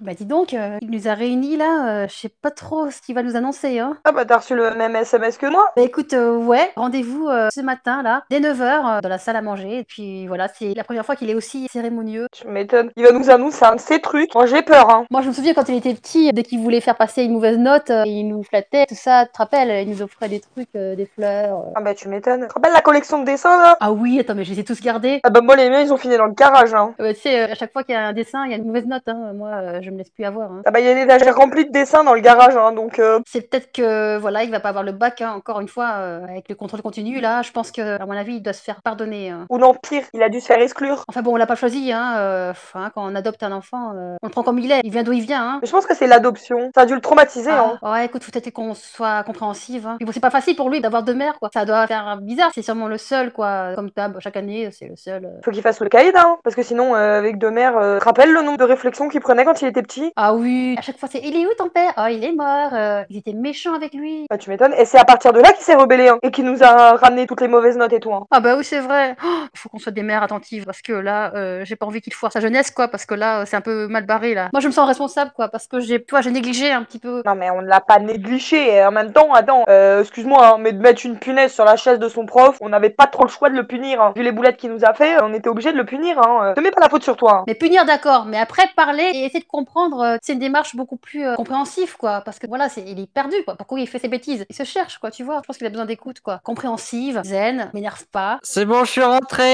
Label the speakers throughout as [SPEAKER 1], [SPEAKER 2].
[SPEAKER 1] Bah dis donc, euh, il nous a réunis là, euh, je sais pas trop ce qu'il va nous annoncer. Hein.
[SPEAKER 2] Ah bah t'as reçu le même SMS que moi
[SPEAKER 1] Bah écoute, euh, ouais, rendez-vous euh, ce matin là, dès 9h, dans la salle à manger. Et puis voilà, c'est la première fois qu'il est aussi cérémonieux.
[SPEAKER 2] Tu m'étonnes. Il va nous annoncer un de ses trucs. Moi j'ai peur hein.
[SPEAKER 1] Moi je me souviens quand il était petit, euh, dès qu'il voulait faire passer une mauvaise note, euh, il nous flattait, tout ça, tu te rappelles, il nous offrait des trucs, euh, des fleurs. euh.
[SPEAKER 2] Ah bah tu m'étonnes. Tu te rappelles la collection de dessins là
[SPEAKER 1] Ah oui, attends, mais je les ai tous gardés.
[SPEAKER 2] Ah bah moi les miens ils ont fini dans le garage hein.
[SPEAKER 1] Euh, tu sais, euh, à chaque fois qu'il y a un dessin, il y a une mauvaise note. Hein. Moi, euh, je me laisse plus avoir. hein.
[SPEAKER 2] Ah bah il y a des étagères remplies de dessins dans le garage hein donc euh,
[SPEAKER 1] C'est peut-être que voilà, il va pas avoir le bac hein, encore une fois euh, avec le contrôle continu là. Je pense que à mon avis, il doit se faire pardonner. hein.
[SPEAKER 2] Ou non pire, il a dû se faire exclure.
[SPEAKER 1] Enfin bon, on l'a pas choisi. Hein, euh, pff, hein, quand on adopte un enfant, euh, on le prend comme il est. Il vient d'où il vient. Hein.
[SPEAKER 2] Mais je pense que c'est l'adoption. Ça a dû le traumatiser
[SPEAKER 1] Ah,
[SPEAKER 2] hein.
[SPEAKER 1] ouais, écoute, faut peut-être qu'on soit compréhensive. Hein. Puis bon, c'est pas facile pour lui d'avoir deux mères, quoi. Ça doit faire bizarre. C'est sûrement le seul, quoi. Comme d'hab, chaque année, c'est le seul. euh.
[SPEAKER 2] Faut qu'il fasse le caïd hein. Parce que sinon euh, avec deux mères, euh, tu te rappelles le nombre de réflexions qu'il prenait quand il était petit
[SPEAKER 1] Ah oui, à chaque fois, c'est il est où ton père Oh, il est mort. euh, ils étaient méchants avec lui.
[SPEAKER 2] Bah tu m'étonnes. Et c'est à partir de là qu'il s'est rebellé hein. Et qu'il nous a ramené toutes les mauvaises notes et tout hein.
[SPEAKER 1] Ah bah oui, c'est vrai. Oh, faut qu'on soit des mères attentives parce que là, euh, j'ai pas envie qu'il foire sa jeunesse, quoi, parce que là, euh, c'est un peu mal barré, là. Moi, je me sens responsable, quoi, parce que j'ai, toi, j'ai négligé un petit peu.
[SPEAKER 2] Non mais on ne l'a pas négligé. Et en même temps, attends, euh, excuse-moi, hein, mais de mettre une punaise sur la chaise de son prof, on n'avait pas trop le choix de le punir. hein. Vu les boulettes qu'il nous a fait, euh, on était obligé de le punir. Hein. euh. Ne mets pas la faute sur toi. hein.
[SPEAKER 1] Mais punir, d'accord, mais après, parler et essayer de comprendre, euh, c'est une démarche beaucoup plus euh, compréhensive, quoi, parce que voilà, c'est, il est perdu, quoi. Pourquoi il fait ses bêtises Il se cherche, quoi, tu vois. Je pense qu'il a besoin d'écoute, quoi. Compréhensive, zen, m'énerve pas.
[SPEAKER 3] C'est bon, je suis rentrée.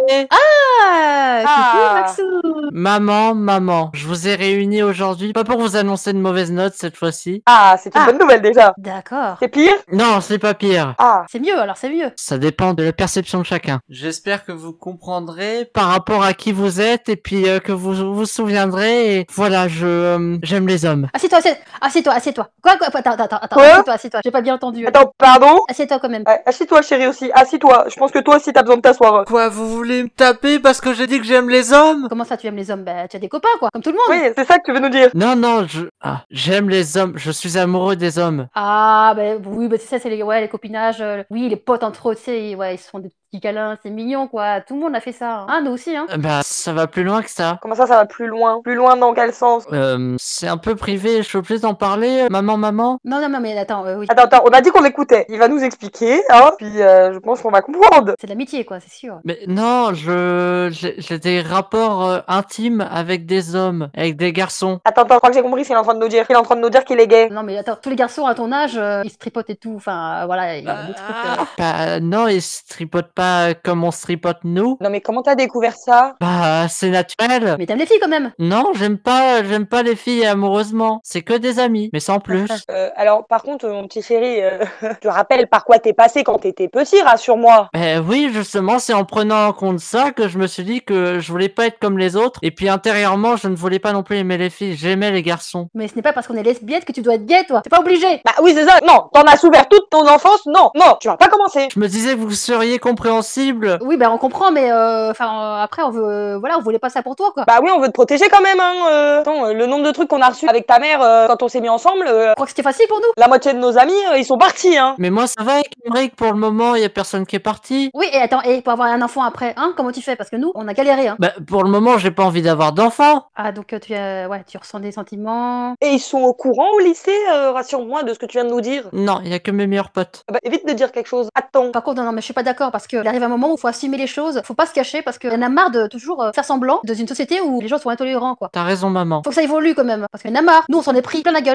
[SPEAKER 1] Ah,
[SPEAKER 2] Ah.
[SPEAKER 1] coucou, Maxou
[SPEAKER 3] Maman, maman, je vous ai réunis aujourd'hui, pas pour vous annoncer de mauvaises notes cette fois-ci.
[SPEAKER 2] Ah, c'est une
[SPEAKER 1] Ah.
[SPEAKER 2] bonne nouvelle déjà.
[SPEAKER 1] D'accord.
[SPEAKER 2] C'est pire
[SPEAKER 3] Non, c'est pas pire.
[SPEAKER 2] Ah.
[SPEAKER 1] C'est mieux, alors, c'est mieux.
[SPEAKER 3] Ça dépend de la perception de chacun. J'espère que vous comprendrez par rapport à qui vous êtes et puis euh, que vous vous souviendrez. Et voilà, je euh, j'aime les hommes.
[SPEAKER 1] Assieds-toi, assieds- assieds-toi, assieds-toi. Quoi, quoi, attends, attends, attends,
[SPEAKER 2] Quoi
[SPEAKER 1] assieds-toi, assieds-toi. J'ai pas bien entendu.
[SPEAKER 2] Attends, pardon
[SPEAKER 1] Assieds-toi quand même.
[SPEAKER 2] Ouais, Assis-toi chérie aussi, assis-toi. Je pense que toi aussi t'as besoin de t'asseoir.
[SPEAKER 3] Quoi, vous voulez me taper parce que j'ai dit que j'aime les hommes
[SPEAKER 1] Comment ça, tu aimes les hommes Bah, tu as des copains, quoi, comme tout le monde.
[SPEAKER 2] Oui, c'est ça que tu veux nous dire.
[SPEAKER 3] Non, non, je... Ah, j'aime les hommes, je suis amoureux des hommes.
[SPEAKER 1] Ah, bah oui, bah, c'est ça, c'est les, ouais, les copinages. euh, oui, les potes entre eux, tu sais, ils- ouais, ils se font des petits câlins, c'est mignon, quoi. Tout le monde a fait ça. Hein, Hein, nous aussi, hein.
[SPEAKER 3] Euh, Bah, ça va plus loin que ça.
[SPEAKER 2] Comment ça, ça va plus loin Plus loin dans quel sens
[SPEAKER 3] Euh, c'est un peu privé, je suis obligé d'en parler, euh, maman, maman.
[SPEAKER 1] Non, non, non, mais attends, euh, oui.
[SPEAKER 2] Attends, attends, on a dit qu'on l'écoutait. Il va nous expliquer, hein, puis euh, je pense qu'on va comprendre.
[SPEAKER 1] C'est de l'amitié, quoi, c'est sûr.
[SPEAKER 3] Mais non, je j'ai j'ai des rapports euh, intimes avec des hommes, avec des garçons.
[SPEAKER 2] Attends, attends, je crois que j'ai compris ce qu'il est en train de nous dire. Il est en train de nous dire qu'il est gay.
[SPEAKER 1] Non, mais attends, tous les garçons à ton âge, euh, ils se tripotent et tout. Enfin, euh, voilà, il y a des trucs. euh,
[SPEAKER 3] Ah, Bah non, ils se tripotent pas comme on se tripote nous.
[SPEAKER 2] Non mais comment t'as découvert ça
[SPEAKER 3] Bah c'est naturel.
[SPEAKER 1] Mais t'aimes les filles quand même.
[SPEAKER 3] Non, j'aime pas, j'aime pas les filles amoureusement. C'est que des amis, mais sans plus.
[SPEAKER 2] Euh, alors, par contre, mon petit chéri, euh, je te rappelle par quoi t'es passé quand t'étais petit, rassure-moi.
[SPEAKER 3] Ben oui, justement, c'est en prenant en compte ça que je me suis dit que je voulais pas être comme les autres. Et puis intérieurement, je ne voulais pas non plus aimer les filles, j'aimais les garçons.
[SPEAKER 1] Mais ce n'est pas parce qu'on est lesbienne que tu dois être gay, toi. T'es pas obligé.
[SPEAKER 2] Bah oui, c'est ça. Non, t'en as souffert toute ton enfance. Non, non, tu vas pas commencer.
[SPEAKER 3] Je me disais que vous seriez compréhensible.
[SPEAKER 1] Oui, ben on comprend, mais euh, enfin, euh, après, on veut. Voilà, on voulait pas ça pour toi, quoi.
[SPEAKER 2] Bah oui, on veut te protéger quand même, hein. euh. Attends, euh, le nombre de trucs qu'on a reçus avec ta mère euh, quand on s'est mis ensemble, euh,
[SPEAKER 1] Je crois que c'était facile pour nous.
[SPEAKER 2] la moitié de nos amis, euh, ils sont partis, hein.
[SPEAKER 3] Mais moi, ça va avec Emmerich pour le moment, il y a personne qui est parti.
[SPEAKER 1] Oui, et attends, et pour avoir un enfant après, hein, comment tu fais Parce que nous, on a galéré, hein.
[SPEAKER 3] Bah, pour le moment, j'ai pas envie d'avoir d'enfant.
[SPEAKER 1] Ah, donc euh, tu, euh, ouais, tu ressens des sentiments.
[SPEAKER 2] Et ils sont au courant au lycée, euh, rassure-moi de ce que tu viens de nous dire.
[SPEAKER 3] Non, il y a que mes meilleurs potes.
[SPEAKER 2] Ah Bah, évite de dire quelque chose. Attends.
[SPEAKER 1] Par contre, non, non, mais je suis pas d'accord parce qu'il arrive un moment où il faut assumer les choses, faut pas se cacher parce qu'il y en a marre de toujours euh, faire semblant dans une société où les gens sont intolérants, quoi.
[SPEAKER 3] T'as raison, maman.
[SPEAKER 1] Faut que ça évolue quand même, parce qu'il y en a marre. Nous, on s'en est pris plein la gueule.